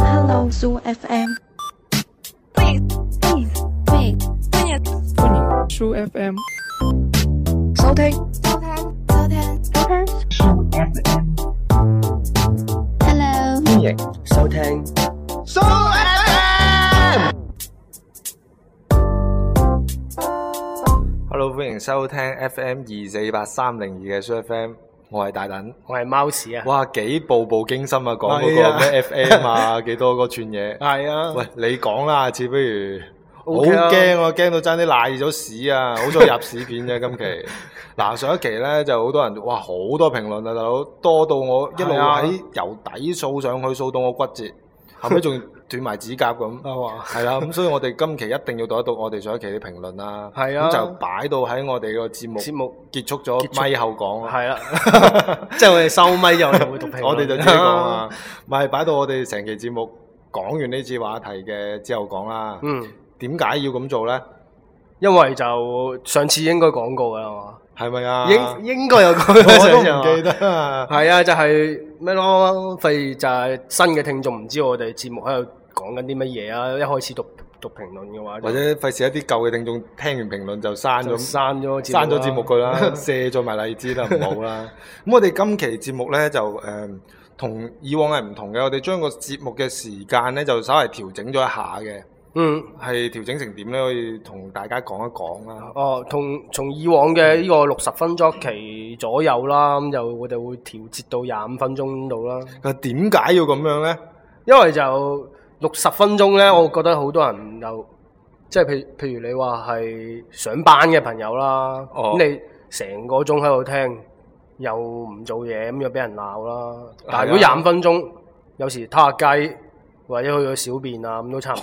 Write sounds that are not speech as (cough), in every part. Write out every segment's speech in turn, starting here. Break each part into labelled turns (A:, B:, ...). A: 蘇 FM。
B: 舒 FM。
C: 收聽，
A: Hello，
C: 歡迎收聽。
D: Hello，歡迎收聽 FM 二四八三零二嘅 Show FM，我係大等。
E: 我係貓屎啊！
D: 哇，幾步步驚心啊！講嗰
E: 係
D: 個
E: 啊
D: 咩 FM
E: (laughs)
D: 啊，幾多嗰串嘢。
E: 係啊
D: 喂，你講啦，下次不如。好
E: OK 啊
D: 驚啊！驚到爭啲瀨咗屎啊！好在入屎片啫，今
E: (laughs)
D: 期。嗱，上一期咧就好多人，哇，好多評論啊，大佬多到我一路
E: 係啊
D: 喺由底掃上去，掃到我骨折，後尾仲 (laughs) 斷埋指甲咁。
E: 係嘛？
D: 係啦，咁所以我哋今期一定要讀一讀我哋上一期啲評論啦。
E: 係啊
D: 咁就擺到喺我哋個節目
E: 節目
D: 結束咗
E: 束
D: 咪後講啦。
E: 係啦， (laughs) 即係我哋收咪又會讀評論
D: 我哋就即係講
E: (laughs)
D: 啊，。 (laughs) 咪擺到我哋成期節目講完呢次話題嘅之後講啦。
E: 嗯，
D: 點解要咁做咧？
E: 因為就上次應該講過㗎啦嘛，
D: 係咪啊？ (laughs)
E: 應應該有講過
D: 我都唔
E: 上次係嘛
D: 記。得 (laughs) 啊。
E: 係啊，就係咩咯？費事就係新嘅聽眾唔知我哋節目喺度講緊啲乜嘢啊！一開始讀讀評論嘅話就，
D: 或者費事一啲舊嘅聽眾聽完評論就刪
E: 就
D: 咗。
E: 刪咗節目
D: 刪
E: 啦
D: 咗節目佢啦， (laughs) 卸咗埋荔枝啦，唔好啦。咁我哋今期節目咧就誒、同以往係唔同嘅，我哋將個節目嘅時間咧就稍微調整咗一下嘅，
E: 嗯。
D: 係調整成點咧？可以同大家講一講啦。
E: 哦，同從以往
D: 嗯
E: 嘅呢個六十分鐘期左右啦，咁就我哋會調節到廿五分鐘度啦。
D: 佢點解要咁樣咧？
E: 因為就六十分鐘咧，我覺得好多人就即係譬譬如你話係上班嘅朋友啦，咁、
D: 哦
E: 你成個鐘喺度聽，又唔做嘢，咁又俾人鬧啦。但係如果
D: 係啊
E: 廿五分鐘，有時攤下雞或者去咗小便啊，咁都差唔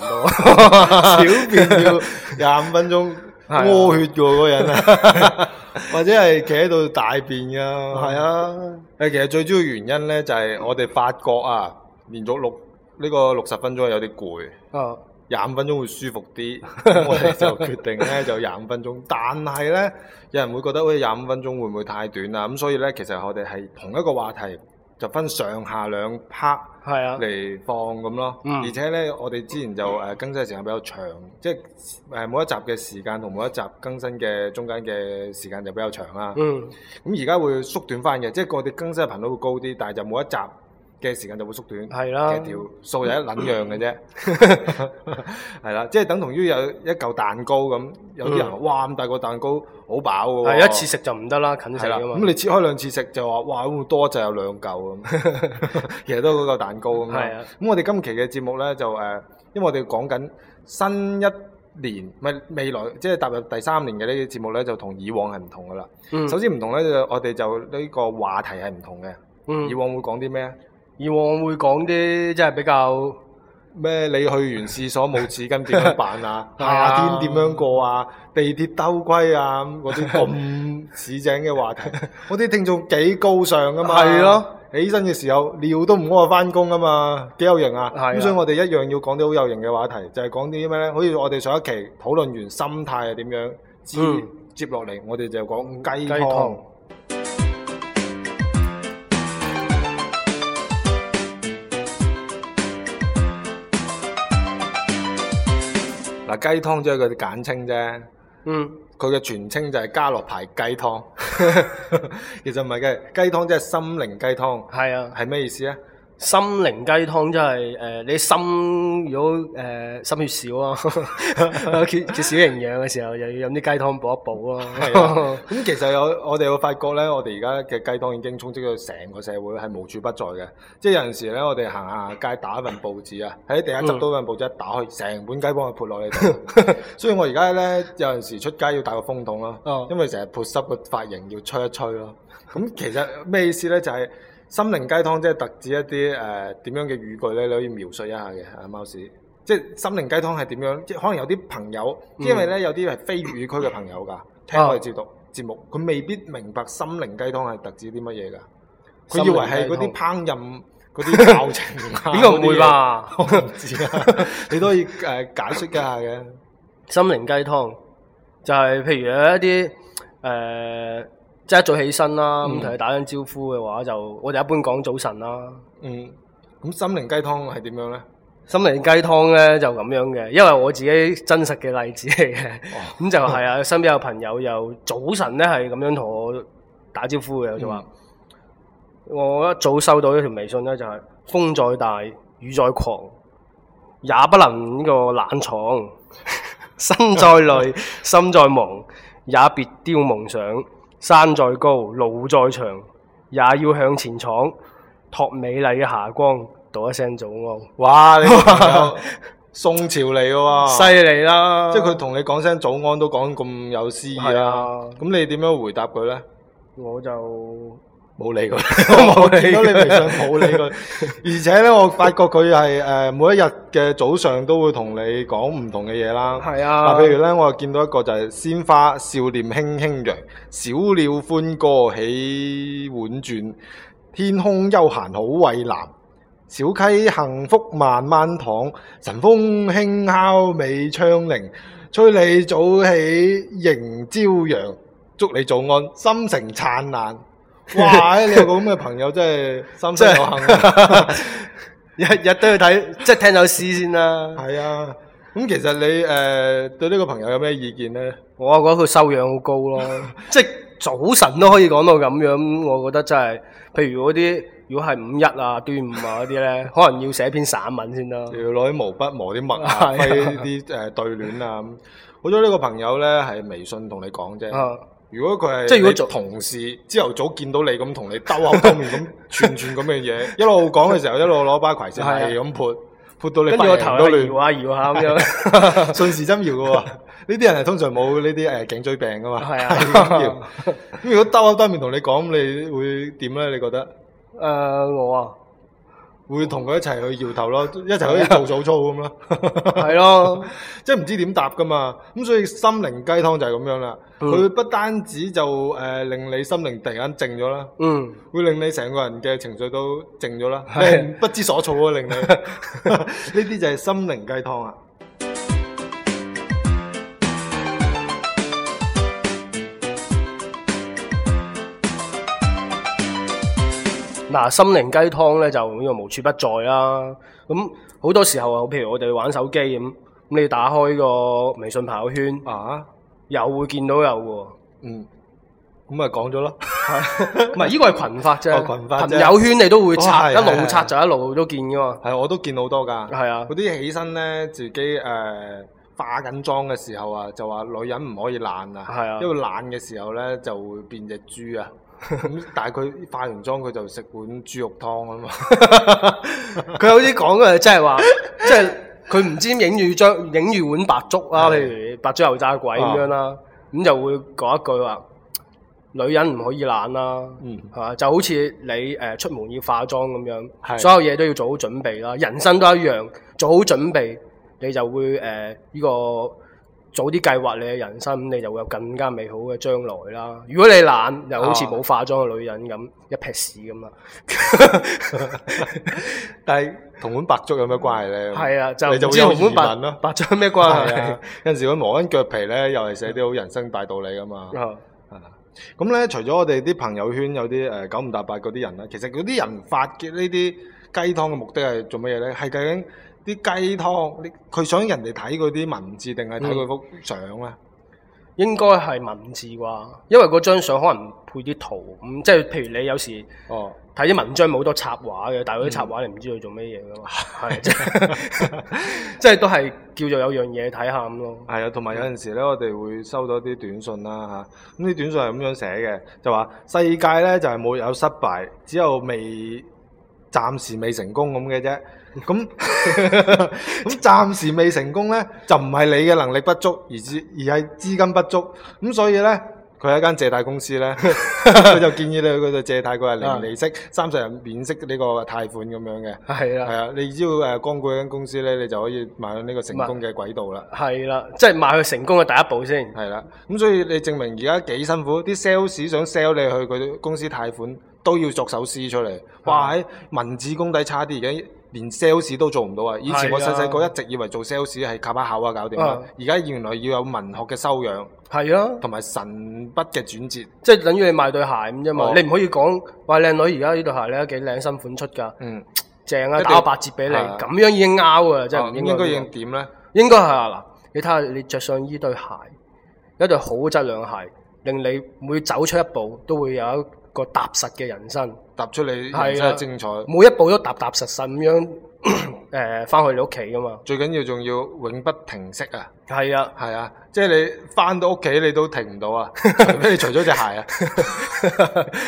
D: (laughs)
E: 多。
D: 小便要廿五分鐘
E: 係啊
D: 屙血嘅喎，嗰個人啊，或者係企喺度大便㗎。係啊，誒，其實最主要原因咧就係我哋發覺啊，連續六呢個六十分鐘有啲攰。
E: 啊，
D: 廿五分鐘會舒服啲，咁我哋就決定咧就廿五分鐘。但係咧，有人會覺得喂廿五分鐘會唔會太短啊？咁所以咧，其實我哋係同一個話題就分上下兩 part
E: 係啊，
D: 嚟放咁咯。
E: 嗯
D: 而且咧，我哋之前就誒、呃更新嘅時間比較長，即係誒每一集嘅時間同每一集更新嘅中間嘅時間就比較長啦。
E: 嗯，
D: 咁而家會縮短翻嘅，即係我哋更新嘅頻率會高啲，但係就每一集嘅時間就會縮短。
E: 係啊啦
D: 其實條數就一撚樣嘅
E: (laughs)
D: 啫。係啦，即係等同於有一嚿蛋糕咁，有啲人話哇咁大個蛋糕好飽嘅喎。
E: 嗯係一次食就唔得啦，近食
D: 啊係啦，
E: 噶嘛。
D: 咁你切開兩次食就話哇會唔會多就有兩嚿
E: (laughs)
D: 咁，其實都嗰嚿蛋糕咁啦。
E: 係啊
D: 咁我哋今期嘅節目咧就誒、呃因為我哋講緊新一年，唔係未來，即係踏入第三年嘅呢啲節目咧，就同以往係唔同噶啦。
E: 嗯
D: 首先唔同咧，就我哋就呢個話題係唔同嘅。
E: 嗯
D: 以往會講啲咩？
E: 以往會講啲即係比較
D: 咩？你去完廁所冇紙巾點樣辦啊？
E: (laughs) 係啊
D: 夏天點樣過啊？地鐵兜龜啊？咁嗰啲咁市井嘅
E: (laughs)
D: 話題，我啲聽眾幾高尚噶嘛？
E: 係咯，
D: 起身嘅時候尿都唔屙翻工噶嘛，幾有型啊！
E: 係啊
D: 咁所以我哋一樣要講啲好有型嘅話題，就係講啲咩咧？好似我哋上一期討論完心態係點樣，接、
E: 嗯
D: 接落嚟我哋就講雞
E: 雞
D: 湯
E: 湯。
D: 嗱，雞湯只係佢哋簡稱啫，
E: 嗯
D: 佢嘅全稱就係家樂牌雞湯。 (laughs) 其實唔係嘅，雞湯即係心靈雞湯，
E: 係啊，
D: 係咩意思啊？
E: 心靈雞湯真係誒你心如果誒、呃心血少啊， (laughs) 缺缺少營養嘅時候，又要飲啲雞湯補一補
D: 係啊
E: (laughs) 咯。
D: 咁其實有我哋會發覺咧，我哋而家嘅雞湯已經充斥咗成個社會，係無處不在嘅。即係有陣時咧，我哋行下街打一份報紙啊，喺地下執到份報紙一打開，成本雞幫佢潑落你度。所以我而家咧有陣時出街要帶個風筒咯
E: 哦，，
D: 因為成日潑濕個髮型要吹一吹咯。咁其實咩意思咧？就係、心靈雞湯即係特指一啲誒點樣嘅語句咧，你可以描述一下嘅啊，貓屎。即係心靈雞湯係點樣？即係可能有啲朋友，因為咧有啲係非粵語區嘅朋友㗎，聽我哋節目節目，佢未必明白心靈雞湯係特指啲乜嘢㗎。佢以為係嗰啲烹飪嗰啲 (laughs) 教程啊
E: (laughs) 應該唔會吧
D: 嗰啲嘢？我唔知啊， (laughs) 你都可以誒解釋一下嘅。
E: 心靈雞湯就係、譬如有一啲誒、呃即係一早起身啦，
D: 嗯
E: 咁同佢打聲招呼嘅話，就我哋一般講早晨啦。
D: 嗯，咁心靈雞湯係點樣咧？
E: 心靈雞湯咧就咁樣嘅，因為我自己真實嘅例子嚟嘅，咁、就係啊， (laughs) 身邊有朋友又早晨咧係咁樣同我打招呼嘅，就話、我一早收到一條微信咧，就係、風再大雨再狂，也不能呢個懶床，身再累 (laughs) 心再忙，也別丟夢想，山再高路再長，也要向前闖，托美麗嘅霞光道一聲早安。
D: 哇！ (laughs) 你個朋友宋朝嚟嘅
E: (laughs)
D: 喎，
E: 犀利啦！
D: 即係佢同你講聲早安都講咁有詩意
E: 係
D: 啦
E: 啊。
D: 咁你點樣回答佢咧？
E: 我就
D: 冇理佢，
E: 冇理佢
D: (laughs) 我見到你微信冇理佢，而且咧，我發覺佢係誒每一日嘅早上都會同你講唔同嘅嘢啦。
E: 係啊
D: 嗱，譬如咧，我又見到一個就係鮮花笑臉輕輕揚，小鳥歡歌起婉轉，天空悠閒好蔚藍，小溪幸福慢慢淌，晨風輕敲尾窗櫺，催你早起迎朝陽，祝你早安，心情燦爛。
E: (laughs)
D: 哇！你有個咁嘅朋友真係心
E: 即
D: 真
E: 係
D: 有幸
E: (laughs)
D: 啊。
E: (laughs) 日日都要睇，即係聽首詩先啦。
D: 係啊，咁其實你誒、呃、對呢個朋友有咩意見咧？
E: 我啊覺得佢修養好高 (laughs) 咯，即係早晨都可以講到咁樣，我覺得真係，譬如嗰啲如果係五一啊、端午啊嗰啲 (laughs) 咧，可能要寫篇散文先啦
D: 就。要攞啲毛筆磨啲墨
E: (laughs) 係
D: 啊，
E: 啊
D: 揮啲誒對聯啊咁。好彩呢個朋友咧係微信同你講啫。
E: 啊，
D: 如果佢係
E: 即係如果
D: 你
E: 做
D: 同事，朝頭早見到你咁同你兜口兜面
E: (laughs)
D: 咁串串咁嘅嘢，一路講嘅時候一路攞把葵扇
E: 係啊
D: 係咁潑，潑到你
E: 跟住個
D: 塊
E: 頭
D: 面
E: 啊
D: 都
E: 搖啊
D: 亂，
E: 下搖下咁
D: (laughs)
E: (laughs) 樣。
D: 順時針搖嘅喎。呢啲人係通常冇呢啲誒頸椎病噶嘛，
E: 係啊
D: (laughs) 係咁搖。咁如果兜口兜面同你講，你會點咧？你覺得？
E: 誒，我啊，
D: 會同佢一齊去搖頭咯，一齊可以做早操咁咯，
E: 係咯，
D: 即係唔知點答噶嘛。咁所以心靈雞湯就係咁樣啦。
E: 嗯
D: 佢、不單止就誒、呃令你心靈突然間靜咗啦，
E: 嗯，
D: 會令你成個人嘅情緒都靜咗啦，
E: 係
D: 你不知所措啊，令你
E: (laughs)
D: (laughs) 呢啲就係心靈雞湯啊。
E: 嗱，心靈雞湯咧就呢個無處不在啦。咁好多時候啊，譬如我哋玩手機咁，咁你打開個微信朋友圈，
D: 啊，
E: 又會見到有喎。
D: 嗯，咁咪講咗咯。 (laughs)
E: 唔係，呢個係群發啫，
D: 哦群發啫
E: 朋友圈你都會刷，
D: 哦係
E: 一路
D: 係
E: 刷
D: 係
E: 就一路都見噶嘛。
D: 係，我都見好多㗎。
E: 係啊
D: 嗰啲起身咧，自己誒、呃化緊妝嘅時候啊，就話女人唔可以懶啊。
E: 係啊
D: 因為懶嘅時候咧，就會變隻豬
E: (laughs)
D: 啊。咁但係佢化完妝，佢就食碗豬肉湯
E: (laughs)
D: 啊嘛。
E: 佢有啲講嘅，即
D: (laughs)
E: 係話，即係佢唔知影住張影住碗白粥
D: 係
E: 啦，
D: 哦
E: 譬如白粥油炸鬼咁樣啦，咁就會講一句話：女人唔可以懶啦。
D: 嗯，
E: 係嘛？啊就好似你誒、呃出門要化妝咁樣，
D: 係
E: 所有嘢都要做好準備啦。人生都一樣，做好準備，你就會誒呃呢、個早啲計劃你嘅人生，你就會有更加美好嘅將來啦。如果你懶，又好似冇化妝嘅女人咁，一劈屎咁啦。
D: 但係同碗白粥有咩關係咧？
E: 係啊，就
D: 你就
E: 唔
D: 會
E: 知
D: 有
E: 紅
D: 疑
E: 本
D: 問
E: 白
D: 咯。
E: 白咗咩關
D: 係啊
E: 係？，
D: (laughs) 有陣時佢磨緊腳皮咧，又係寫啲好人生大道理㗎嘛。
E: 啊
D: 咁咧，除咗我哋啲朋友圈有啲誒、呃九唔搭八嗰啲人啦，其實嗰啲人發嘅呢啲雞湯嘅目的係做乜嘢咧？係究竟啲雞湯，你佢想人哋睇嗰啲文字定係睇佢幅相咧？
E: 應該係文字啩，因為嗰張相可能配啲圖，咁即係譬如你有時。
D: 哦，
E: 睇啲文章冇好多插畫嘅，但係嗰啲插畫你唔知佢做咩嘢噶嘛，係即係即係都係叫做有樣嘢睇下咁咯。
D: 係啊，同埋有陣時咧，我哋會收到啲短信啦嚇，咁、啲短信係咁樣寫嘅，就話世界咧就係冇有失敗，只有未暫時未成功咁嘅啫。咁 (laughs) 咁暫時未成功咧，就唔係你嘅能力不足，而至而係資金不足。咁所以咧，佢係一間借貸公司咧，佢就建議你去嗰度借貸，佢係零利息、三十日免息呢個貸款咁樣嘅。
E: 係
D: 係
E: 啦，
D: 啊，你只要誒光顧一間公司咧，你就可以邁向呢個成功嘅軌道啦。
E: 係啦，即係邁去成功嘅第一步先。
D: 係啦，咁所以你證明而家幾辛苦，啲 sales 想 sell 你去佢公司貸款，都要作首詩出嚟。哇！喺文字功底差啲，而家連 sales 都做唔到啊！以前我
E: 係啊
D: 細細個一直以為做 sales 係靠把口啊搞掂啦
E: 啊，
D: 而家原來要有文學嘅修養
E: 係啊，
D: 同埋神筆嘅轉折。
E: 即係等於你賣對鞋咁啫嘛
D: 哦。
E: 你唔可以講話靚女而家呢對鞋咧幾靚，新款出㗎。
D: 嗯，
E: 正
D: 一
E: 啊，
D: 定
E: 打個八折俾你，
D: 係啊
E: 咁樣已經 out 噶啦，真係唔
D: 應
E: 應
D: 應
E: 該
D: 該
E: 咁
D: 應點咧？
E: 應該係啊嗱，你睇下你着上呢對鞋，一對好質量嘅鞋，令你每走出一步都會有一個踏實嘅人生，
D: 踏出你
E: 係啊
D: 人生嘅精彩，
E: 每一步都踏踏實實咁樣 (coughs) 誒翻、去你屋企噶嘛。
D: 最緊要仲要永不停息啊！
E: 係啊，
D: 係啊，即係你翻到屋企你都停唔到啊， (laughs) 除非你除咗隻鞋啊，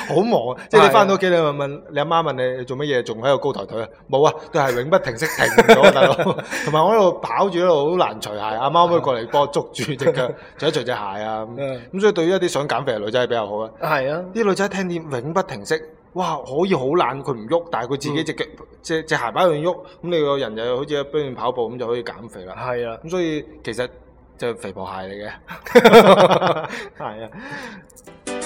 D: 好忙啊！即係你翻到屋企，你問問你阿媽問你你做乜嘢，仲喺度高抬腿啊？冇啊，對鞋永不停息，停唔到啊，大佬。同埋我喺度跑住喺度好難除鞋，啊阿媽可唔可以過嚟幫我捉住隻腳，除一除隻鞋啊？咁
E: 嗯
D: 咁所以對於一啲想減肥嘅女仔係比較好啊。
E: 係啊，
D: 啲女仔聽見永不停息，哇！可以好懶，佢唔喐，但係佢自己隻腳、隻隻鞋擺喺度喐，咁你個人就好似喺邊跑步咁就可以減肥啦。
E: 係啊，
D: 咁所以其實就係肥婆鞋嚟嘅，係啊。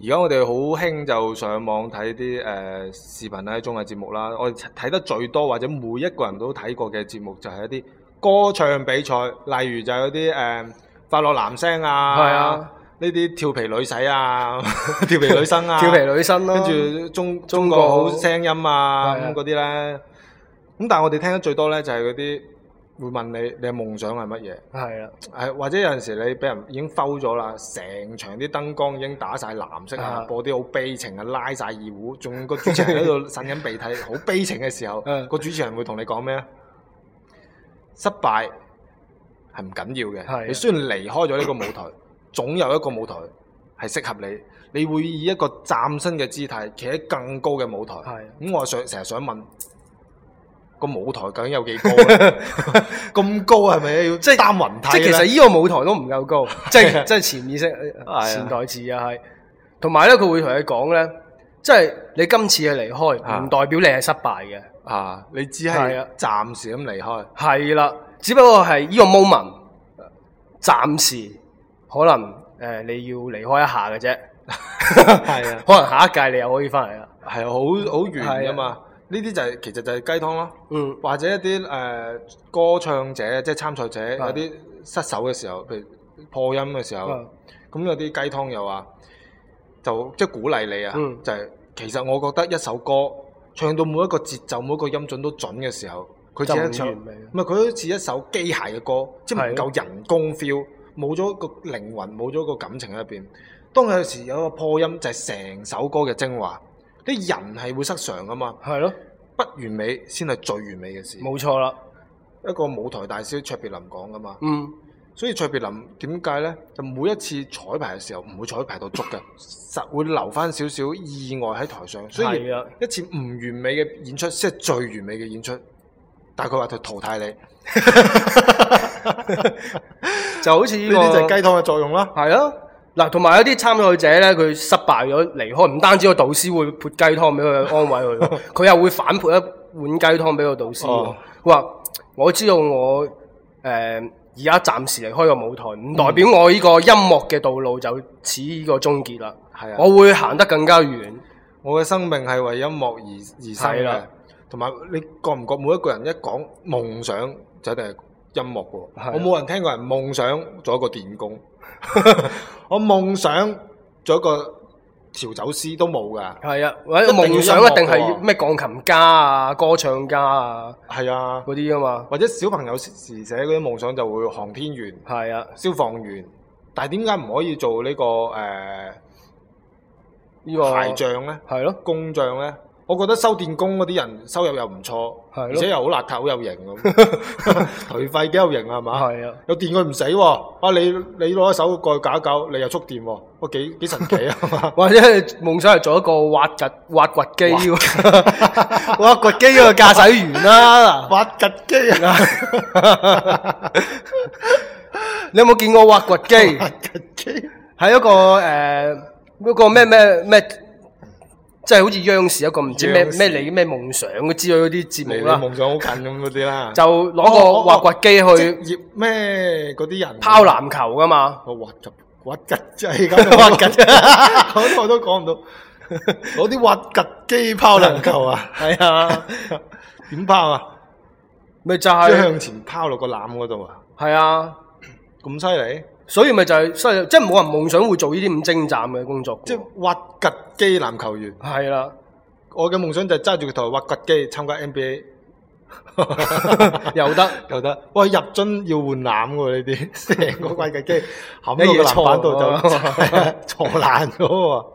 D: 而家我哋好興就上網睇啲誒視頻啦、綜藝節目啦，我哋睇得最多或者每一個人都睇過嘅節目就係一啲歌唱比賽，例如就有啲誒、快樂男聲啊，
E: 係啊，
D: 呢啲調皮女仔啊、 (laughs) 調皮女生啊、
E: (laughs) 調皮女生啦、
D: 跟住中中
E: 中國
D: 國好聲音啊
E: 係啊
D: 咁嗰啲咧，咁但係我哋聽得最多咧就係嗰啲會問你你嘅夢想係乜嘢？
E: 係啊，
D: 係或者有陣時你俾人已經摟咗啦，成場啲燈光已經打晒藍色啊
E: 啊，
D: 播啲好悲情啊，拉晒二胡，仲個主持人喺度 (laughs) 擤緊鼻涕，好悲情嘅時候，
E: 嗯
D: 個主持人會同你講咩啊？失敗係唔緊要
E: 係啊
D: 嘅，你雖然離開咗呢個舞
E: (laughs)
D: 台，總有一個舞台係適合你，你會以一個嶄新嘅姿態，企喺更高嘅舞台。
E: 係啊
D: 咁我想成日想問。個舞台究竟有幾高啊？
E: (laughs)
D: 咁高係咪要即係擔雲梯
E: 即係其
D: 呢
E: 實呢個舞台都唔
D: (laughs)
E: 夠高，即係即係潛意識、
D: 啊
E: 潛台詞啊，係。同埋咧，佢會同你講咧，即係你今次嘅離
D: 啊
E: 開，唔代表你係失敗嘅，
D: 啊！你只
E: 係
D: 係
E: 啊
D: 暫時咁離開，
E: 係啦。只不過係呢個 moment，暫時可能誒、呃你要離開一下嘅啫。
D: 係啊，
E: (laughs) 可能下一屆你又可以翻嚟啦。
D: 係啊好好遠噶
E: 啊
D: 嘛。呢啲就係、其實就係雞湯咯，
E: 嗯，
D: 或者一啲誒、呃歌唱者即係參賽者
E: 係
D: 有啲失手嘅時候，譬如破音嘅時候，
E: 係
D: 咁、有啲雞湯又話就即係鼓勵你啊，
E: 嗯
D: 就係、其實我覺得一首歌唱到每一個節奏、每一個音準都準嘅時候，佢只
E: 就
D: 係
E: 唔
D: 一唱
E: 完美。
D: 唔係佢好似一首機械嘅歌，即係唔
E: 係咯
D: 夠人工 feel，冇咗個靈魂，冇咗個感情喺入邊。當有時有個破音，就係、成首歌嘅精華。啲人係會失常噶嘛，
E: 係咯，
D: 不完美先係最完美嘅事。
E: 冇錯啦。
D: 一個舞台大師卓別林講噶嘛，
E: 嗯，
D: 所以卓別林點解呢？就每一次彩排嘅時候唔會彩排到足
E: (laughs)
D: 嘅，實會留翻少少意外喺台上。所以
E: 係啊，
D: 一次唔完美嘅演出先係最完美嘅演出，但係佢話佢淘汰你。
E: 就好似呢、
D: 呢
E: 個
D: 啲就係雞湯嘅作用啦。
E: 係啊，嗱，同埋有啲參賽者咧，佢失敗咗離開，唔單止個導師會潑雞湯俾佢安慰 (laughs) 佢，佢又會反潑一碗雞湯俾個導師喎
D: 哦。
E: 佢話、我知道我誒而家暫時離開個舞台，唔代表我呢個音樂嘅道路就此呢個終結啦。
D: 係啊
E: 我會行得更加遠。
D: 我嘅生命係為音樂而而生
E: 係
D: 嘅
E: 啦，
D: 同埋你覺唔覺每一個人一講夢想就一定係音樂嘅
E: 係
D: 喎？
E: 啊
D: 我冇人聽過人夢想做一個電
E: (laughs)
D: 工， (laughs) 我夢想做一個調酒師都冇㗎。
E: 係啊，或者夢想一定係咩鋼琴家啊、歌唱家啊
D: 係啊，
E: 嗰啲啊嘛。
D: 或者小朋友時寫嗰啲夢想就會航天員、
E: 係啊，
D: 消防員，但係點解唔可以做呢、個誒、呃
E: 呢、個
D: 鞋匠呢？
E: 係咯，
D: 工匠咧，我覺得修電工嗰啲人收入又唔錯，
E: 係咯
D: 而且又好邋遢，好有型
E: (laughs)
D: 咁，頹廢幾有型啊係嘛？
E: 係啊。！
D: 有電佢唔死喎，啊你你攞手過去搞一搞，你又觸電喎，哇幾幾神奇啊係嘛
E: (laughs) 或者係夢想係做一個挖掘挖掘機呢個挖掘機呢個駕駛員啦。嗱
D: 挖掘機啊！
E: 你有冇見過挖掘
D: (laughs)
E: 機？
D: 挖掘機
E: 係一個诶嗰個咩咩咩，即係好似央視一個唔知咩
D: 央視
E: 咩你咩夢想之類嗰啲節
D: 離
E: 目
D: 你
E: 啦，
D: 夢想好近咁嗰啲啦，
E: 就
D: 哦哦
E: 攞個挖掘機去
D: 業咩嗰啲人
E: 拋，籃球噶嘛。
D: 我挖掘挖掘機咁，
E: 挖掘機
D: 講都我都講唔到，攞啲挖掘機拋籃球啊！
E: 係啊，
D: 點拋啊？
E: 咪就
D: 即
E: 係
D: 뭐.係向前拋落個籃嗰度啊！
E: 係啊，
D: 咁犀利？
E: 所以咪就係犀利，即係冇人夢想會做呢啲咁精湛嘅工作
D: 即
E: 嘅
D: 係。挖掘機籃球員。
E: 係啦，
D: 我嘅夢想就係揸住個台挖掘機參加 NBA，
E: 又得
D: 又得。喂，入樽要換籃喎呢 (laughs) 啲，成個挖掘機冚到
E: 一
D: 個
E: 嘢
D: 籃板度就
E: 錯咗
D: (laughs) 錯爛咗喎。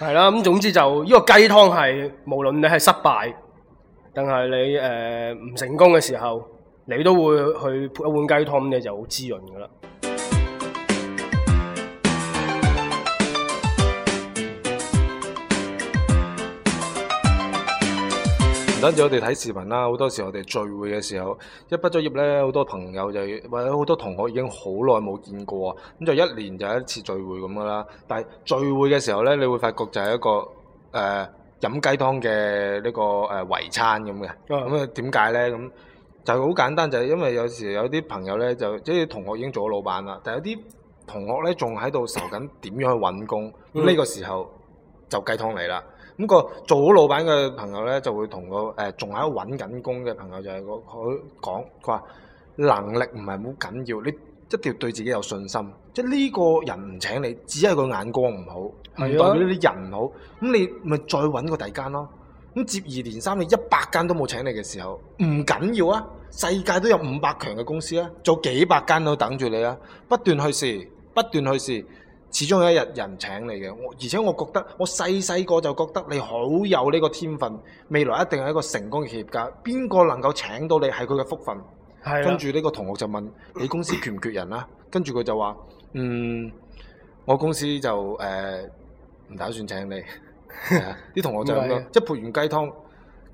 E: 係啦，咁總之就呢、個雞湯係，無論你係失敗，定係你誒唔、成功嘅時候，你都會去潑一碗雞湯，咁你就好滋潤噶啦。
D: 唔單止我哋睇視頻啦，好多時我哋聚會嘅時候，一畢咗業咧，好多朋友就或者好多同學已經好耐冇見過啊，咁就一年就一次聚會咁噶啦。但係聚會嘅時候咧，你會發覺就係一個誒、呃、飲雞湯嘅呢個誒圍餐咁嘅。咁啊點解咧？咁就好簡單，就係、因為有時有啲朋友咧就即係同學已經做咗老闆啦，但係有啲同學咧仲喺度愁緊點樣去揾工。咁呢、
E: 嗯
D: 個時候就雞湯嚟啦。咁、個做好老闆嘅朋友咧就會同個誒仲喺度揾緊工嘅朋友就係個佢講，佢話能力唔係好緊要，你一定要對自己有信心。即係呢個人唔請你，只係個眼光唔好，唔代
E: 係
D: 表
E: 啊
D: 你人唔好。咁你咪再揾個第間咯。咁接二連三，你一百間都冇請你嘅時候，唔緊要啊！世界都有五百強嘅公司啊，做幾百間都等住你啊！不斷去試，不斷去試，始終有一日人請你嘅。我而且我覺得，我細細個就覺得你好有呢個天分，未來一定係一個成功嘅企業家。邊個能夠請到你係佢嘅福分。
E: 係啦
D: 跟，住呢個同學就
E: (coughs)
D: 問你公司缺唔缺人啦、跟住佢就話：嗯，我公司就誒唔、打算請你。 (laughs) 係啊啲同學就咁
E: 咁咪
D: 樣，即係潑完雞湯，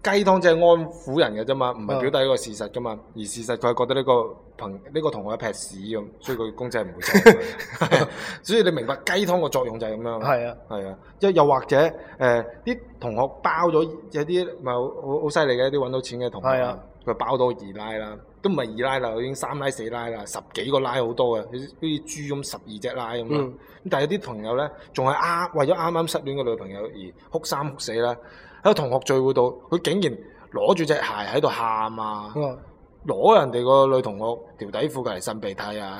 D: 雞湯只係安撫人嘅啫嘛，唔係
E: 嗯
D: 表達一個事實噶嘛。而事實佢係覺得呢個朋呢、個同學係劈屎咁，所以佢公仔唔會請佢。
E: (laughs)
D: 係啊 (laughs) 所以你明白雞湯個作用就係咁樣。
E: 係啊，
D: 係啊，即又或者呃誒啲、同學包咗有啲咪好好好犀利嘅，一啲揾到錢嘅同學，
E: 係啊
D: 佢、包到二奶啦，都唔係二奶啦，已經三奶四奶啦，十幾個奶好多嘅，好似好似豬咁十二隻奶咁啊樣。咁、
E: 嗯
D: 但係有啲朋友咧，仲係啱為咗啱啱失戀嘅女朋友而哭三哭四啦，喺個同學聚會度，佢竟然攞住隻鞋喺度喊啊！
E: 嗯
D: 攞人哋個女同學條底褲隔嚟擤鼻涕
E: (laughs)
D: 啊，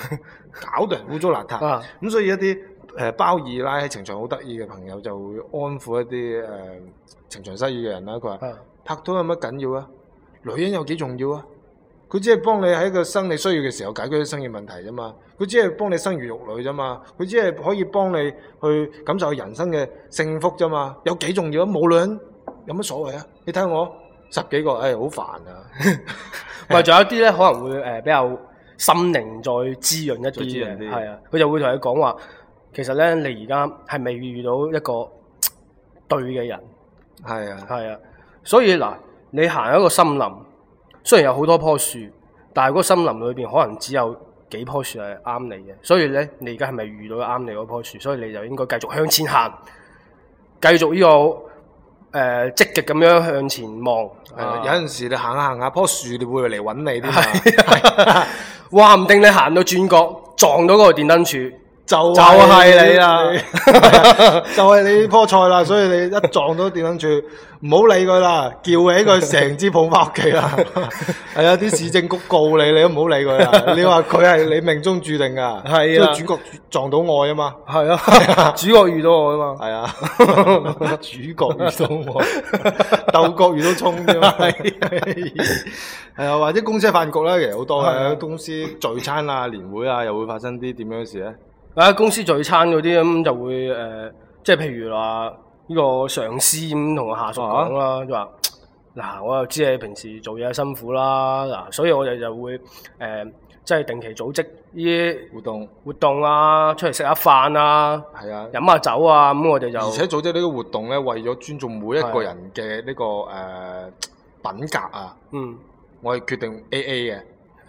D: 搞到人污糟邋遢。
E: 啊
D: 咁、所以一啲誒、呃包二奶喺情場好得意嘅朋友就會安撫一啲誒、呃情場失意嘅人啦。佢話
E: 啊
D: 拍拖有乜緊要啊？女人有幾重要啊？佢只係幫你喺個生理需要嘅時候解決啲生理問題啫嘛，佢只係幫你生兒育女啫嘛，佢只係可以幫你去感受人生嘅幸福啫嘛，有幾重要啊？冇女人有乜所謂啊？你睇我十幾個，唉、好煩啊！ (laughs)
E: 咪仲有啲咧可能會誒、呃比較心靈再滋潤一
D: 再滋
E: 啲
D: 潤
E: 嘅，
D: 啲
E: 係啊，佢就會同你講話，其實咧你而家係未遇到一個對嘅人，
D: 係啊。
E: 係啊，所以嗱，你行一個森林，雖然有好多棵樹，但係嗰個森林裏邊可能只有幾棵樹係啱你嘅，所以咧你而家係咪遇到啱你嗰棵樹，所以你就應該繼續向前行，繼續呢、個誒積極咁樣向前望，
D: 係啦，
E: 啊
D: 有陣時你行下行下棵樹，你會嚟揾你啊啲嘛？
E: 係話唔定你行到轉角撞到嗰個電燈柱，
D: 就
E: 就係你啦
D: 係啊就係你呢棵菜啦，所以你一撞到電燈柱，唔好理佢啦，叫起佢成支捧翻屋企
E: (laughs)
D: 啦。係啊，啲市政局告你，你都唔好理佢
E: (laughs)
D: 啦。你話佢係你命中注定噶，
E: 係啊
D: 即係主角撞到愛啊嘛，
E: (laughs) 係啊，主角遇到我啊嘛，
D: 係啊， (laughs) 主角遇到
E: (laughs)
D: 我，鬥角遇到葱啫嘛。係啊，或者公司飯局咧，其實好多
E: 係啊
D: 嘅公司聚餐啊、年會啊，又會發生啲點樣嘅事咧？
E: 啊公司聚餐嗰啲咁就會誒、即係譬如話呢個上司咁同個下屬講
D: 啊
E: 啦，就話嗱，我又知你平時做嘢辛苦啦，嗱，所以我哋就會誒、即係定期組織呢啲
D: 活動
E: 活動啊，出嚟食下飯啊，
D: 係啊，
E: 飲下酒啊，咁我哋就
D: 而且組織呢個活動咧，為咗尊重每一個人嘅呢個誒品格啊，
E: 嗯
D: 我係決定 A A 嘅， (laughs)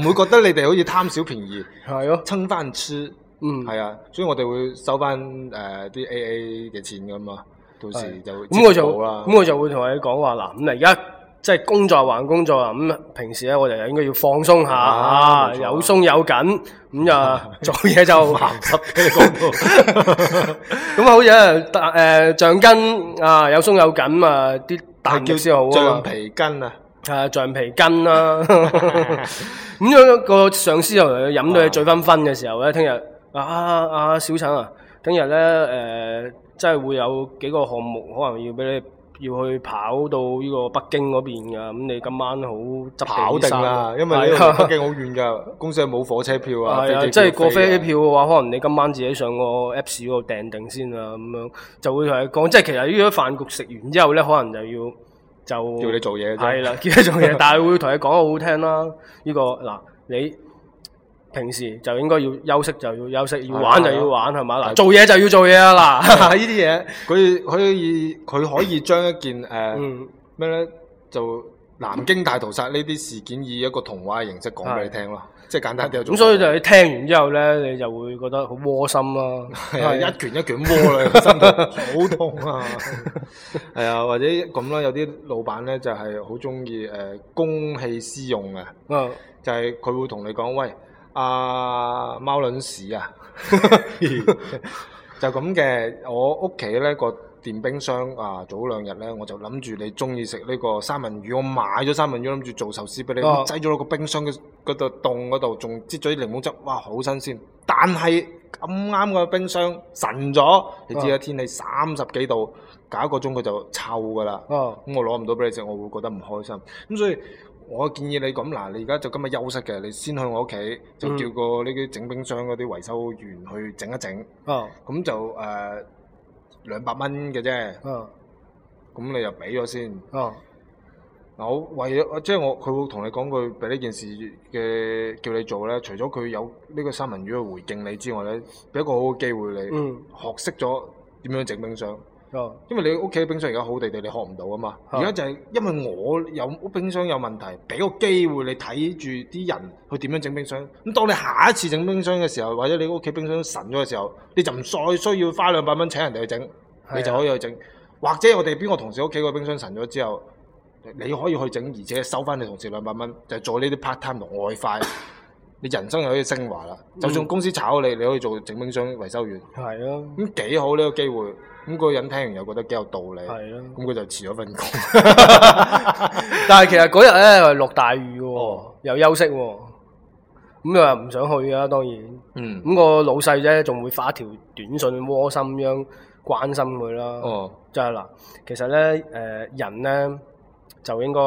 D: 唔會覺得你哋好似貪小便宜，
E: 係咯，
D: 撐飯吃。
E: 嗯
D: 係啊，所以我哋會收翻誒啲 A A 嘅錢噶嘛，到時
E: 係
D: 就
E: 咁我
D: 接
E: 就
D: 唔到啦。
E: 咁我就會同你講話嗱，咁啊而家即係工作還工作啊，咁平時咧我哋就應該要放鬆下
D: 啊
E: 啊，
D: 冇錯
E: 有鬆有緊，咁啊
D: (laughs)
E: 做嘢就鹹濕嘅講到，咁好似呃誒橡筋啊有鬆有緊啊，啲
D: 係
E: 彈力先好啊
D: 橡
E: 嘛，
D: 皮筋啊，
E: 係啊，橡皮筋
D: (laughs)
E: 啦，咁樣個上司又嚟飲到
D: 啊
E: 你醉醺醺嘅時候咧，聽日啊啊啊小陳啊，聽日咧誒，真係會有幾個項目可能要俾你要去跑到呢個北京嗰邊噶，咁你今晚好執地
D: 跑定
E: 生
D: 啦，因為呢
E: 係啊
D: 度北京好遠㗎，公司係冇火車票啊，
E: 係啊，
D: 飛機
E: 即係過
D: 飛
E: 飛
D: 嘅
E: 機票嘅話，可能你今晚自己上個 Apps 嗰度訂定先啦，咁樣就會同你講，即係其實呢啲飯局食完之後咧，可能就要就
D: 叫你做嘢嘅啫 (laughs)
E: 係啦，叫你做嘢，但係會同你講好好聽啦。呢、個嗱，你平時就應該要休息就要休息，要玩就
D: 啊
E: 要玩係嘛？嗱，做嘢就要做嘢啊嗱，呢啲嘢，
D: 佢可以佢可以將一件誒
E: 嗯，
D: 咩咧就南京大屠殺呢啲事件以一個童話嘅形式講俾你聽咯，即係簡單啲有種
E: 咁所以就你聽完之後咧，你就會覺得好窩心啦。
D: 係啊，一拳一拳窩啦，心
E: (laughs)
D: 痛，好痛啊！係啊，或者咁啦，有啲老闆咧就係好中意誒公器私用啊，
E: 嗯，
D: 就係佢會同你講喂，阿貓撚屎
E: (laughs)
D: 啊，就咁嘅。我屋企咧個電冰箱啊，早兩日咧我就諗住你中意食呢個三文魚，我買咗三文魚，諗住做壽司俾你，
E: 哦
D: 咁擠咗落個冰箱嘅嗰度凍嗰度，仲擠咗啲檸檬汁，哇，好新鮮！但係咁啱個冰箱神咗，你知啦，
E: 哦
D: 天氣三十幾度，隔一個鐘佢就臭㗎啦。
E: 哦，
D: 咁我攞唔到俾你食，我會覺得唔開心。咁所以我建議你咁嗱，你而家就今日休息嘅，你先去我屋企，就
E: 嗯
D: 叫個呢啲整冰箱嗰啲維修員去整一整，
E: 哦，
D: 咁就誒兩百蚊嘅啫，
E: 哦，
D: 咁你就俾咗先。
E: 哦，
D: 嗱，我為咗即係我，佢會同你講佢俾呢件事嘅叫你做咧，除咗佢有呢個三文魚嘅回敬你之外咧，俾一個好嘅機會你，
E: 嗯，
D: 學識咗點樣整冰箱。
E: 哦，
D: 因為你屋企冰箱而家好地地，你學唔到啊嘛。
E: 啊
D: 而家就係因為我有冰箱有問題，俾個機會你睇住啲人去點樣整冰箱。咁當你下一次整冰箱嘅時候，或者你屋企冰箱神咗嘅時候，你就唔再需要花兩百蚊請人哋去整，
E: 啊
D: 你就可以去整。或者我哋邊個同事屋企個冰箱神咗之後，你可以去整，而且收翻你同事兩百蚊，就係做呢啲 part time 同外快。你人生又可以升華啦。就算公司炒你，你可以做整冰箱維修員。
E: 係咯，
D: 咁幾好呢個機會，咁個人聽完又覺得幾有道理，
E: 係咯。
D: 咁佢就辭咗份工。
E: (laughs) 但係其實嗰日咧落大雨喎，
D: 哦
E: 又休息喎，咁又唔想去啊，當然。
D: 嗯，
E: 咁、個老細咧仲會發一條短信窩心咁樣關心佢啦。
D: 哦，
E: 就係嗱，其實咧誒、呃人咧就應該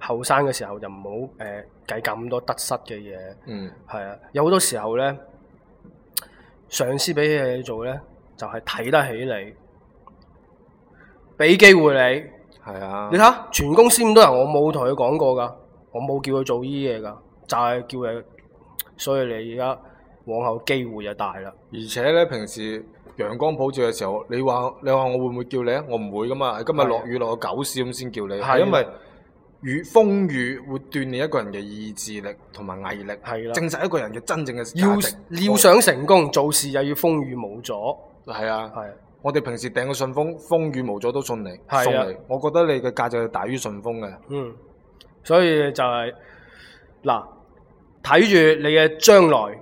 E: 後生嘅時候就唔好誒計咁多得失嘅嘢，
D: 嗯，
E: 係啊，有好多時候咧上司俾嘢你做咧，就係、睇得起你，俾機會你。
D: 係啊
E: 你睇，下，全公司咁多人，我冇同佢講過噶，我冇叫佢做呢啲嘢噶，就係、叫你。所以你而家往後機會就大啦。
D: 而且咧平時陽光普照嘅時候，你話你話我會唔會叫你啊？我唔會噶嘛，今日落雨落到狗屎咁先叫你，
E: 係啊
D: 係因為雨風雨會鍛鍊一個人嘅意志力同埋毅力，
E: 係啦
D: 證實一個人嘅真正嘅
E: 要
D: 價值。哦
E: 要想成功，做事就要風雨無阻。
D: 係啊，
E: 係
D: 我哋平時訂個信封，風雨無阻都信你，
E: 係啊
D: 送你。我覺得你嘅價值係大於信封嘅。
E: 嗯，所以就係、嗱，睇住你嘅將來，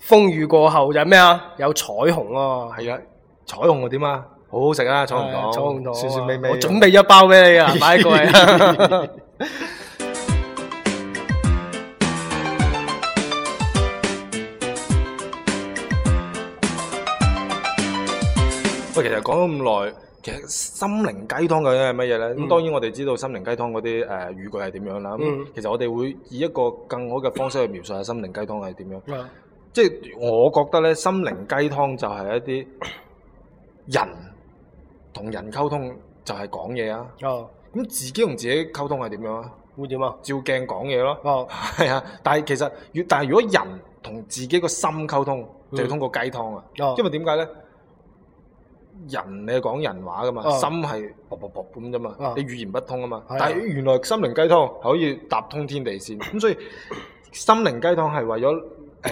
E: 風雨過後就係咩啊？有彩虹啊！
D: 係啊，彩虹又點啊？好好食啊，彩虹
E: 唉
D: 糖，
E: 彩虹糖啊，
D: 酸酸味味。
E: 我準備一包俾你
D: (laughs)
E: 啊，買過嚟啊！
D: 喂，其實講咗咁耐，其實心靈雞湯究竟係乜嘢咧？咁、
E: 嗯
D: 當然我哋知道心靈雞湯嗰啲誒語句係點樣啦。咁、
E: 嗯
D: 其實我哋會以一個更好嘅方式去描述下心靈雞湯係點樣。
E: 啊
D: 即係我覺得咧，心靈雞湯就係一啲人同人溝通就係講嘢啊。
E: 哦，
D: 咁自己同自己溝通係點樣啊？
E: 會點啊？
D: 照鏡講嘢咯。
E: 哦。
D: 係啊，但係其實如但係如果人同自己個心溝通，
E: 嗯
D: 就要通過雞湯啊。
E: 哦
D: 因為點解咧？人你係講人話噶嘛，
E: 哦
D: 心係卜卜卜咁啫嘛，
E: 哦
D: 你語言不通啊嘛。
E: 係啊
D: 但係原來心靈雞湯可以搭通天地線，咁所以心靈雞湯係為咗誒、呃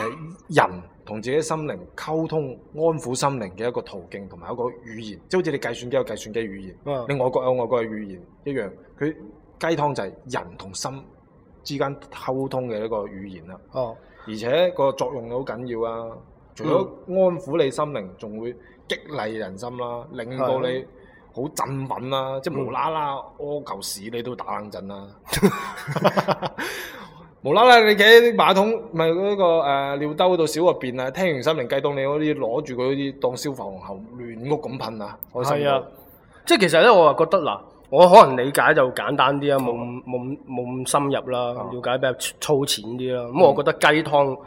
D: 人同自己心靈溝通、安撫心靈嘅一個途徑同埋一個語言，即係好似你計算機有計算機語言。
E: 嗯
D: 你外國有外國嘅語言一樣，佢雞湯就係人同心之間溝通嘅一個語言啦，
E: 哦，
D: 而且個作用好緊要啊！
E: 嗯
D: 除咗安撫你心靈，仲會激勵人心啦，令到你好振奮啦，即係無啦啦
E: 嗯
D: 屙嚿屎你都打冷震啦， (laughs) 無啦啦你企喺馬桶咪嗰個誒尿兜度小入邊啊，聽完心靈雞湯你可以攞住佢啲當消防喉亂屋咁噴啊，開心
E: 係啊
D: 到，
E: 即係其實咧，我啊覺得嗱，我可能理解就簡單啲啊，冇咁冇咁冇咁深入啦，
D: 啊嗯
E: 了解比較粗淺啲啦。咁、我覺得雞湯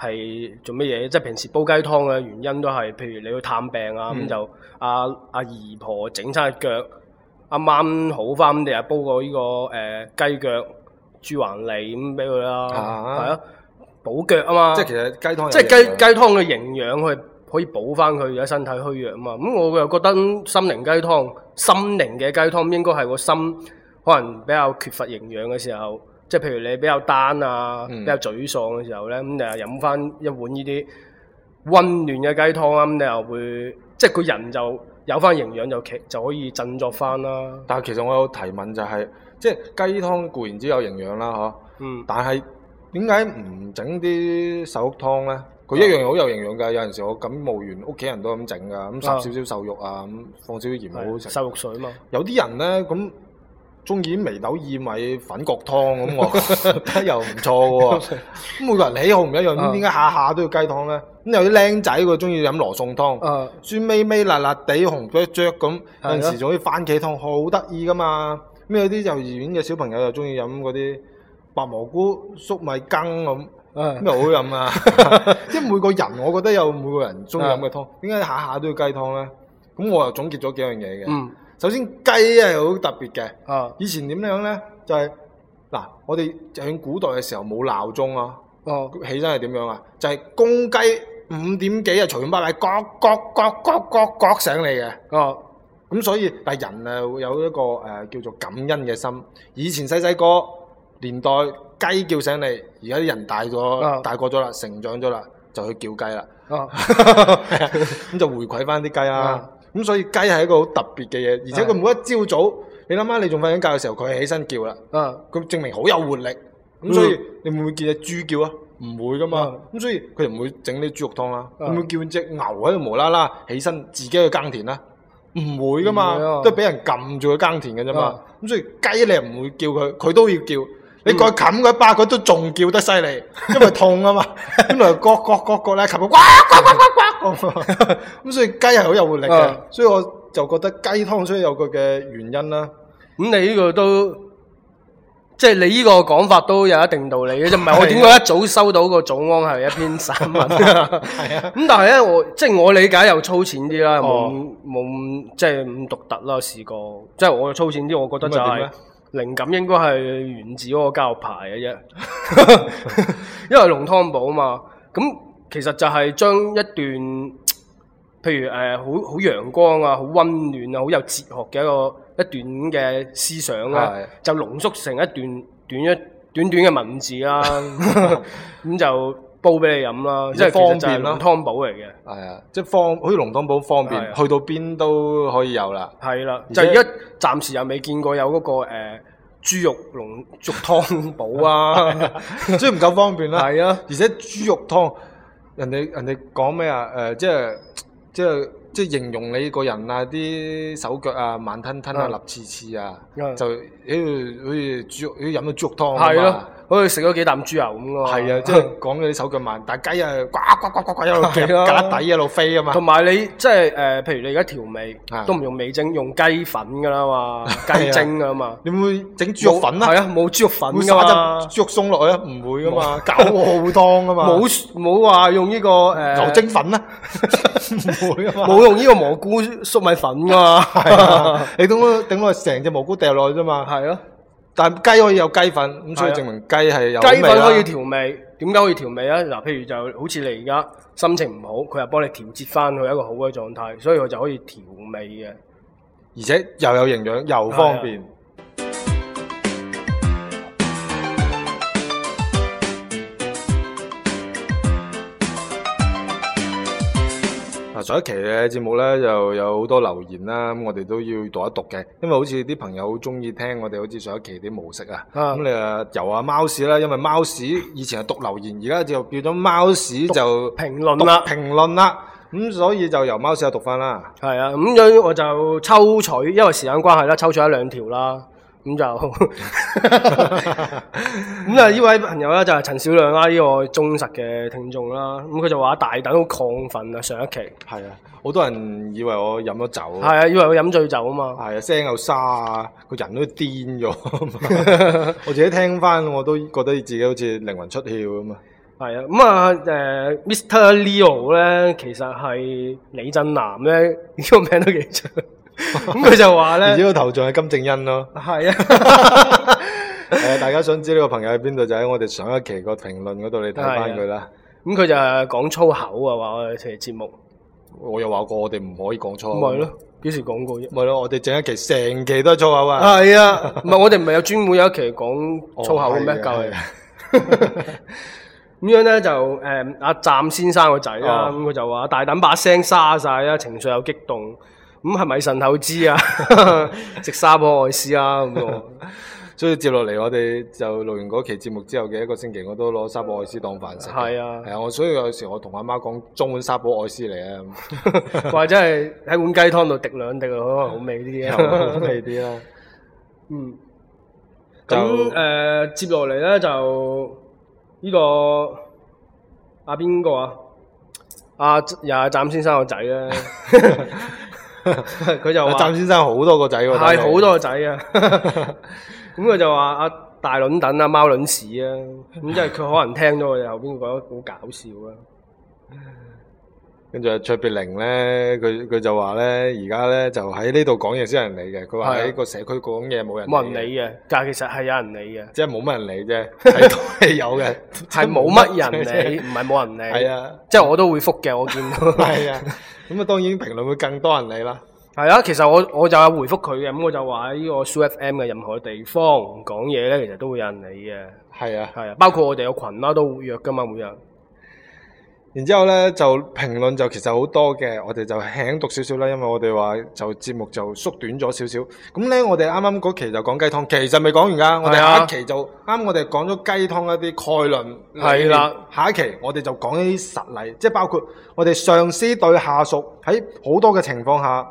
E: 係做乜嘢？即係平時煲雞湯嘅原因都係，譬如你去探病啊，咁、
D: 嗯
E: 就阿阿姨婆整親隻腳，啱啱好翻，咁你又煲個呢、個誒、呃、雞腳豬橫脷咁俾佢啦，係
D: 啊
E: 啊補腳啊嘛，
D: 即係其實雞湯有
E: 即係雞
D: 營養
E: 雞湯嘅營養去可以補翻佢而家身體虛弱啊嘛。咁我又覺得嗯心靈雞湯、心靈嘅雞湯應該係個心可能比較缺乏營養嘅時候，即係譬如你比較 down 啊、
D: 嗯
E: 比較沮喪嘅時候咧，咁你又飲翻一碗呢啲温暖嘅雞湯啊，咁你又會即係個人就有翻營養就其就可以振作翻啦。
D: 但係其實我有提問就係、即係雞湯固然之有營養啦，嗬。
E: 嗯，
D: 但係點解唔整啲瘦肉湯咧？佢
E: 啊
D: 一樣好有營養㗎。有陣時我感冒完，屋企人都咁整㗎，咁
E: 啊
D: 烚少少瘦肉啊，咁放少少鹽好好食。
E: 瘦肉水嘛。
D: 有啲人咧咁中意眉豆薏米粉葛湯咁，
E: (laughs)
D: 我覺得又唔錯喎。咁每個人喜好唔一樣，咁
E: 啊
D: 點解下下都要雞湯咧？咁有啲僆仔佢中意飲羅宋湯。
E: 啊，
D: 酸味味辣辣地紅雀雀咁，有
E: 係咯啊
D: 陣時仲可以番茄湯，好得意噶嘛。咁有啲幼兒園嘅小朋友又中意飲嗰啲白蘑菇粟米羹咁，
E: 啊
D: 咁又好飲
E: (laughs)
D: 啊！即係每個人，我覺得有每個人中意飲嘅湯，
E: 啊
D: 點解下下都要雞湯咧？咁我又總結咗幾樣嘢嘅。
E: 嗯，
D: 首先雞係好特別嘅，
E: 啊，
D: 以前點樣咧？就係、嗱，我哋喺古代嘅時候冇鬧鐘啊。
E: 哦，
D: 起身係點樣啊？就係、公雞五點幾啊，隨便巴閉，咯咯咯咯咯咯醒你嘅。
E: 哦，
D: 咁所以，但係人啊有一個誒、呃叫做感恩嘅心。以前細細個年代雞叫醒你，而家啲人大咗、
E: 啊
D: 大個咗啦，成長咗啦，就去叫雞啦。
E: 哦，
D: 咁就回饋翻啲雞啦
E: 啊。
D: 咁所以雞係一個好特別嘅嘢，而且佢
E: 係
D: 每一朝早，你諗下你仲瞓緊覺嘅時候，佢係起身叫啦。
E: 啊。
D: 佢證明好有活力。咁
E: 嗯
D: 所以你會唔會見只豬叫啊？唔會噶嘛
E: 嗯。
D: 咁所以佢就唔會整啲豬肉湯啦。
E: 嗯
D: 會唔會叫只牛喺度無啦啦起身自己去耕田啦？唔會噶嘛
E: 唔會啊，嗯
D: 都係俾人撳住佢耕田嘅啫嘛。咁所以雞你又唔會叫佢，佢都要叫。你過去冚佢一巴，佢都仲叫得犀
E: (laughs)
D: 利，因為痛啊嘛。咁嚟割割割割咧，冚佢呱呱呱呱
E: (laughs)
D: 呱。咁所以雞係好有活力嘅
E: 嗯，
D: 所以我就覺得雞湯雖然有佢嘅原因啦。 (laughs)
E: 咁你呢個都即係你呢個講法都有一定道理嘅，就唔係我點解一早收到個早安 (laughs) 係一篇散文？
D: 係啊，
E: 咁但係咧，我即係我理解又粗淺啲啦，冇
D: 哦
E: 咁冇咁即係咁獨特啦。試過即係我粗淺啲，我覺得就
D: 咁啊
E: 係、
D: 點呢
E: 靈感應該係源自嗰個教育牌嘅啫，
D: (laughs)
E: (laughs) 因為龍湯寶啊嘛。咁其實就係將一段譬如誒、呃好好陽光啊、好温暖啊、好有哲學嘅一個一段嘅思想啦、
D: 係
E: 就濃縮成一段短一短短嘅文字
D: (laughs)
E: 啦、 (laughs) 咁就煲俾你飲啦，即係其實就係
D: 方便啦
E: 濃湯寶嚟嘅，
D: 係啊，即係方好似龍湯堡方便
E: 係，啊
D: 去到邊都可以有啦。
E: 係啦，
D: 而
E: 就
D: 且
E: 而家暫時又未見過有嗰、個誒、呃、豬肉
D: (laughs)
E: 濃粥湯寶啊，
D: 所以唔夠方便啦。
E: 係啊，
D: 而且豬肉湯，人哋人哋講咩啊？誒、即係即係即係形容你個人啊，啲手腳啊，慢吞吞啊，
E: 嗯
D: 立刺刺啊，
E: 嗯
D: 就妖好似豬肉，好似飲咗豬肉湯
E: 係
D: 咁
E: 咯
D: 啊。，
E: 好似食咗幾啖豬油咁啊， (laughs)
D: 係啊， (laughs) 即係講你啲手腳慢，但係雞啊，呱呱呱呱呱一路夾
E: 係啊
D: 夾底一路飛啊嘛
E: 同。埋你即係誒、呃譬如你而家調味
D: 係
E: 都唔用味精，用雞粉噶
D: (laughs)
E: 啦嘛，雞精噶嘛，
D: 你會唔會整豬肉粉啊？
E: 係啊，冇豬肉粉
D: 會
E: 噶
D: 撒
E: 嘛
D: 汁，豬肉鬆落去啊？唔會噶嘛，搞好湯噶嘛。
E: 冇冇話用呢、個誒、呃
D: 啊牛精粉
E: (laughs)
D: 啦，唔會啊嘛，
E: 冇用呢個蘑菇粟米粉噶嘛，
D: (laughs) 係啊，你頂多頂多成隻蘑菇掉落去啫嘛。
E: (laughs) 係咯。
D: 但雞可以有雞粉，咁所以
E: 係啊
D: 證明雞係有
E: 雞
D: 味
E: 粉
D: 啦
E: 可以調味，點解可以調味啊？嗱，譬如就好似你而家心情唔好，佢又幫你調節翻佢一個好嘅狀態，所以佢就可以調味嘅。
D: 而且又有營養又方便。嗱，上一期嘅節目咧就有好多留言啦，咁我哋都要讀一讀嘅，因為好似啲朋友好中意聽我哋好似上一期啲模式啊，
E: 啊
D: 咁你啊由阿貓屎啦，因為貓屎以前係讀留言，而家就變咗貓屎就
E: 評論啦
D: 讀評論啦。咁所以就由貓屎啊讀翻啦。
E: 係啊，咁樣我就抽取，因為時間關係啦，抽取一兩條啦，咁就 (laughs) 咁啊！呢位朋友咧就係陳小亮啦，呢、個忠實嘅聽眾啦，咁佢就話大等好亢奮啊！上一期
D: 係啊，好多人以為我飲咗酒，
E: 係啊，以為佢飲醉酒啊嘛，
D: 係啊，聲又沙啊，個人都癲
E: (laughs)
D: 咗。我自己聽翻我都覺得自己好似靈魂出竅咁啊。
E: 係啊，咁啊誒，Mr. Leo 咧其實係李振南咧，呢、個名都幾長，咁佢就話
D: 而
E: 咧
D: 且個頭像係金正恩咯。
E: (laughs) 係啊。
D: 誒、大家想知呢個朋友喺邊度，就喺我哋上一期個評論嗰度，你睇翻佢啦。
E: 咁佢就係講粗口啊，話我哋期節目，
D: 我又話過，我哋唔可以講粗
E: 咁
D: 口。啊
E: 咪係，咯，幾時講過啫？
D: 咪咯，我哋整一期成期都係粗口啊！
E: 係 (laughs) 啊，唔係我哋唔係有專門有一期講粗口嘅
D: 哦
E: 咩？
D: 係啊
E: 教你
D: 係啊
E: 咁樣咧就誒阿湛先生個仔啦，
D: 哦
E: 咁佢就話大膽把聲沙晒啦，情緒又激動，咁係咪腎口脂啊？ (laughs) 食沙坡愛斯啊咁喎，
D: (laughs) 所以接落嚟，我哋就錄完嗰期節目之後嘅一個星期，我都攞沙煲愛斯當飯食。
E: 係啊
D: 係啊，我所以有時我同阿媽講中碗沙煲愛斯嚟啊，
E: 或者係喺碗雞湯度滴兩滴，可能好味
D: (laughs)
E: (laughs) 啲
D: 好
E: 嘅。
D: 味啲啦。
E: 嗯，
D: 就
E: 咁誒、呃接落嚟咧就呢、個阿邊個啊？阿又係湛先生個
D: (laughs)
E: 仔咧，佢就
D: 阿
E: 話
D: 湛先生好多個仔喎，
E: 係
D: 睇嚟
E: 好多個仔啊！ (laughs) 咁佢就話阿大卵等啊，貓卵屎啊！咁即係佢可能聽咗我哋後邊覺得好搞笑啊！
D: 跟住阿卓別靈咧，佢佢就話咧，而家咧就喺呢度講嘢先有人理嘅。佢話
E: 係啊
D: 喺個社區講嘢冇人
E: 冇人理嘅，但係其實係有
D: (laughs)
E: 人理嘅，
D: 即係冇乜人
E: (laughs)
D: 理啫，係都係有嘅，
E: 係冇乜人理，唔係冇人理。
D: 係，啊，
E: 即係我都會覆嘅，我見到。
D: (laughs)
E: (laughs)
D: 係啊，咁啊當然評論會更多人理啦。
E: 係啊，其實我我就有回覆佢嘅，咁我就話喺呢個 SooFM 嘅任何地方講嘢咧，其實都會有人理嘅，
D: 係啊，
E: 係啊，包括我哋有群啦，都活躍噶嘛，每日
D: 然之後咧就評論就其實好多嘅，我哋就輕讀少少啦，因為我哋話就節目就縮短咗少少。咁咧我哋啱啱嗰期就講雞湯，其實未講完㗎，我哋
E: 係啊
D: 下一期就啱我哋講咗雞湯一啲概論。
E: 係啦，
D: 下一期我哋就講一啲實例，即係包括我哋上司對下屬喺好多嘅情況下。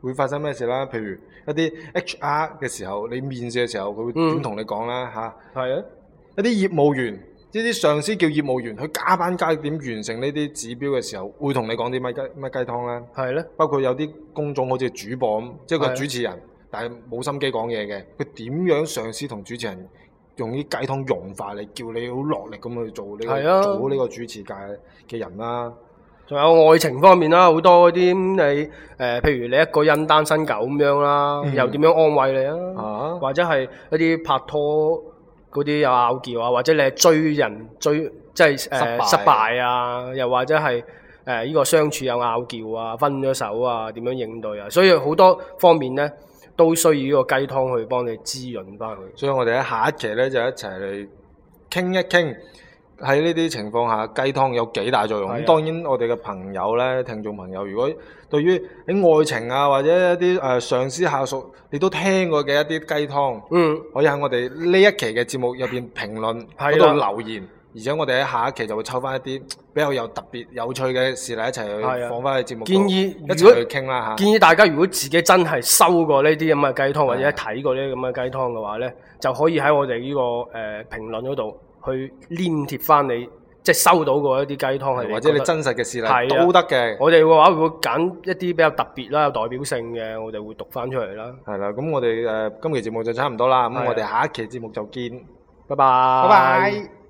D: 會發生咩事啦？譬如一啲 HR 嘅時候，你面試嘅時候，佢會
E: 嗯
D: 點同你講啦嚇？
E: 係啊，
D: 一啲業務員，呢啲上司叫業務員去加班加點完成呢啲指標嘅時候，會同你講啲乜雞乜雞湯咧？
E: 係咧，
D: 包括有啲工種好似主播咁，即係
E: 係
D: 個
E: 啊
D: 主持人，但係冇心機講嘢嘅，佢點樣上司同主持人用啲雞湯融化你，叫你好落力咁去做呢、
E: 係
D: 個、
E: 啊
D: 做好呢個主持界嘅人啦。
E: 仲有愛情方面啦，好多嗰啲咁你誒、呃譬如你一個人單身狗咁樣啦，
D: 嗯
E: 又點樣安慰你啊？
D: 啊，
E: 或者係一啲拍拖嗰啲有拗撬啊，或者你係追人追即係誒、呃
D: 失
E: 失
D: 敗
E: 敗啊，又或者係誒呢個相處有拗撬啊，分咗手啊，點樣應對啊？所以好多方面咧都需要呢個雞湯去幫你滋潤翻佢。
D: 所以我哋喺下一期咧就一齊嚟傾一傾喺呢啲情況下雞湯有幾大作用。
E: 係啊
D: 咁當然我哋嘅朋友咧，聽眾朋友，如果對於喺愛情啊或者一啲誒、呃上司下屬，你都聽過嘅一啲雞湯，
E: 嗯，
D: 可以喺我哋呢一期嘅節目入邊評論
E: 係
D: 嗰
E: 啦
D: 度留言。而且我哋喺下一期就會抽翻一啲比較有特別有趣嘅事例一齊
E: 係啊
D: 去放翻去節目度，
E: 建議
D: 一
E: 如果
D: 齊去傾啦嚇。
E: 建議大家如果自己真係收過呢啲咁嘅雞湯，或者睇過呢啲咁嘅雞湯嘅話呢，就可以喺我哋呢、個誒、呃、評論嗰度去黏貼翻你，即係收到過一啲雞湯係
D: 或者
E: 覺
D: 你
E: 得
D: 真實嘅事
E: 係啊
D: 例都得嘅。
E: 我哋嘅話會揀一啲比較特別啦、有代表性嘅，我哋會讀翻出嚟啦。
D: 係啦，咁我哋誒、呃今期節目就差唔多啦，
E: 係啊
D: 咁我哋下一期節目就見，
E: 拜拜，
D: 拜拜。